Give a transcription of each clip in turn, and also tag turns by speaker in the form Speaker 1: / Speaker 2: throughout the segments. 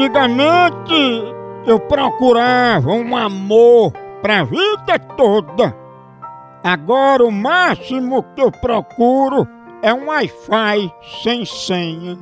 Speaker 1: Antigamente eu procurava um amor pra vida toda. Agora o máximo que eu procuro é um Wi-Fi sem senha.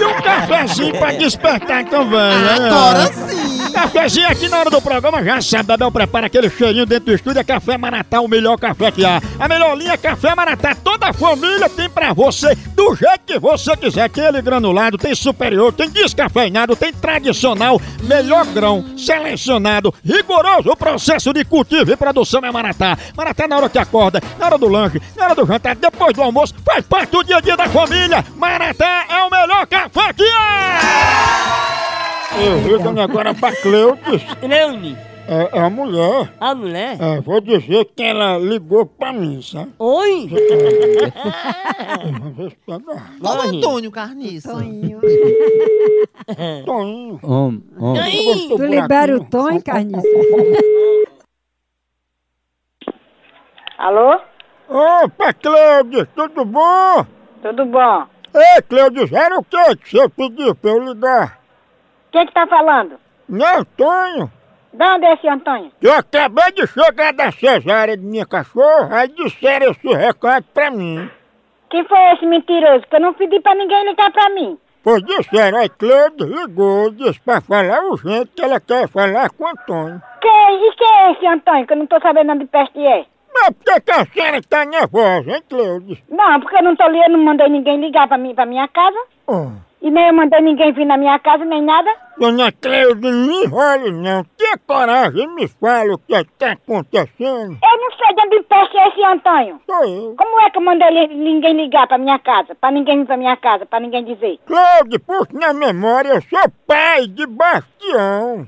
Speaker 1: E um cafezinho pra despertar também. né?
Speaker 2: Agora sim!
Speaker 1: Cafezinho aqui na hora do programa, já sabe, Abel prepara aquele cheirinho dentro do estúdio, é Café Maratá, o melhor café que há. A melhor linha é Café Maratá, toda a família tem pra você, do jeito que você quiser. Aquele granulado, tem superior, tem descafeinado, tem tradicional, melhor grão, selecionado, rigoroso o processo de cultivo e produção é Maratá. Maratá na hora que acorda, na hora do lanche, na hora do jantar, depois do almoço, faz parte do dia a dia da família. Maratá é o melhor café que há! Eu vi que agora pra Cleutis.
Speaker 3: Leone,
Speaker 1: É, é a mulher.
Speaker 3: a mulher.
Speaker 1: É, vou dizer que ela ligou pra mim, sabe?
Speaker 3: Oi?
Speaker 1: Uma vez pra dar.
Speaker 2: Logo
Speaker 3: Corre.
Speaker 2: Antônio Carniça.
Speaker 1: Toninho.
Speaker 4: Homem, homem.
Speaker 1: eu gosto do
Speaker 5: Tu libera o
Speaker 1: buraquinho.
Speaker 5: tom, hein, carniça?
Speaker 6: Alô?
Speaker 1: Opa, Cleudes, tudo bom?
Speaker 6: Tudo bom?
Speaker 1: Ei, Cleudes, era o que que você pediu pra eu ligar?
Speaker 6: Quem que tá falando?
Speaker 1: Não, Tonho.
Speaker 6: De onde é esse Antônio?
Speaker 1: Eu acabei de chegar da cesárea de minha cachorra, aí disseram esse recado pra mim.
Speaker 6: Quem foi esse mentiroso? Que eu não pedi pra ninguém ligar pra mim.
Speaker 1: Pois disseram, aí Cleudes ligou, disse pra falar urgente que ela quer falar com o Antônio.
Speaker 6: Quem? E quem é esse Antônio? Que eu não tô sabendo onde peste é.
Speaker 1: Mas por que que a senhora tá nervosa, hein, Cleudes?
Speaker 6: Não, porque eu não tô li- eu não mandei ninguém ligar pra, mim, pra minha casa.
Speaker 1: Oh,
Speaker 6: E nem eu mandei ninguém vir na minha casa, nem nada.
Speaker 1: dona Cleudes, não enrole não. Tenha coragem e me fala o que está acontecendo.
Speaker 6: Eu não sei de onde peste é esse Antônio.
Speaker 1: Sou eu.
Speaker 6: Como é que eu mandei li- ninguém ligar pra minha casa? Pra ninguém vir pra minha casa, pra ninguém dizer.
Speaker 1: Cleudes, puxa na memória, eu sou pai de Bastião.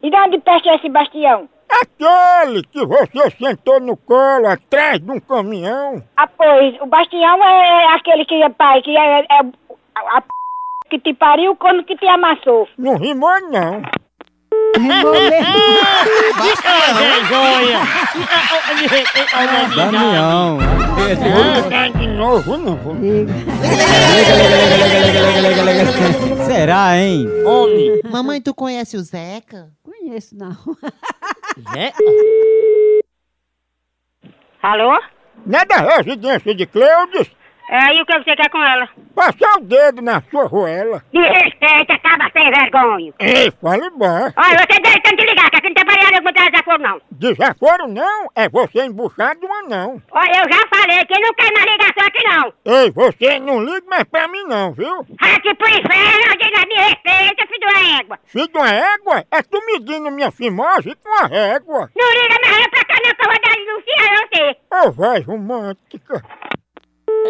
Speaker 6: E de onde peste é esse Bastião?
Speaker 1: Aquele que você sentou no colo atrás de um caminhão.
Speaker 6: Ah, pois, o Bastião é aquele que é pai, que é, é a, a p... que te pariu quando que te amassou.
Speaker 1: Não rimou, não.
Speaker 5: Rimou mesmo.
Speaker 3: Vergonha!
Speaker 4: Damião.
Speaker 1: Vou ligar de novo, não. Vou
Speaker 4: Será, hein?
Speaker 3: Homem.
Speaker 2: Mamãe, tu conhece o Zeca?
Speaker 5: Conheço, não.
Speaker 3: É?
Speaker 6: Alô?
Speaker 1: Não é da residência de Cleudes?
Speaker 6: É, e o que você quer com ela?
Speaker 1: Passar o dedo na sua roela.
Speaker 6: Me respeita, acaba sem vergonha.
Speaker 1: Ei, fale baixo.
Speaker 6: Olha, você deve tanto ligar, que aqui não tem variável com desaforo, não.
Speaker 1: Desaforo não, é você embuchar de um anão.
Speaker 6: Olha, eu já falei que não tem mais ligação aqui, não.
Speaker 1: Ei, você não liga mais pra mim não, viu?
Speaker 6: Aqui pro inferno, diga, me respeita, filho da égua.
Speaker 1: Filho de uma égua, é tu medindo minha fimose com a régua.
Speaker 6: Não liga mais ela pra cá, não, que eu vou dar denunciar a você.
Speaker 1: Ô, vai romântica.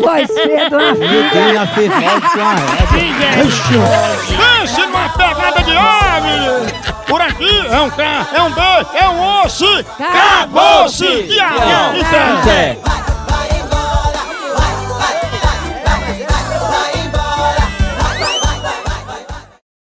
Speaker 5: Pode ser, dona Fita.
Speaker 4: Tem a fifose com a régua.
Speaker 1: Pense numa pegada de ave! Por aqui é um K, é um B, é um osso! Acabou-se!
Speaker 4: Tchau.
Speaker 1: Tchau!
Speaker 4: Zé.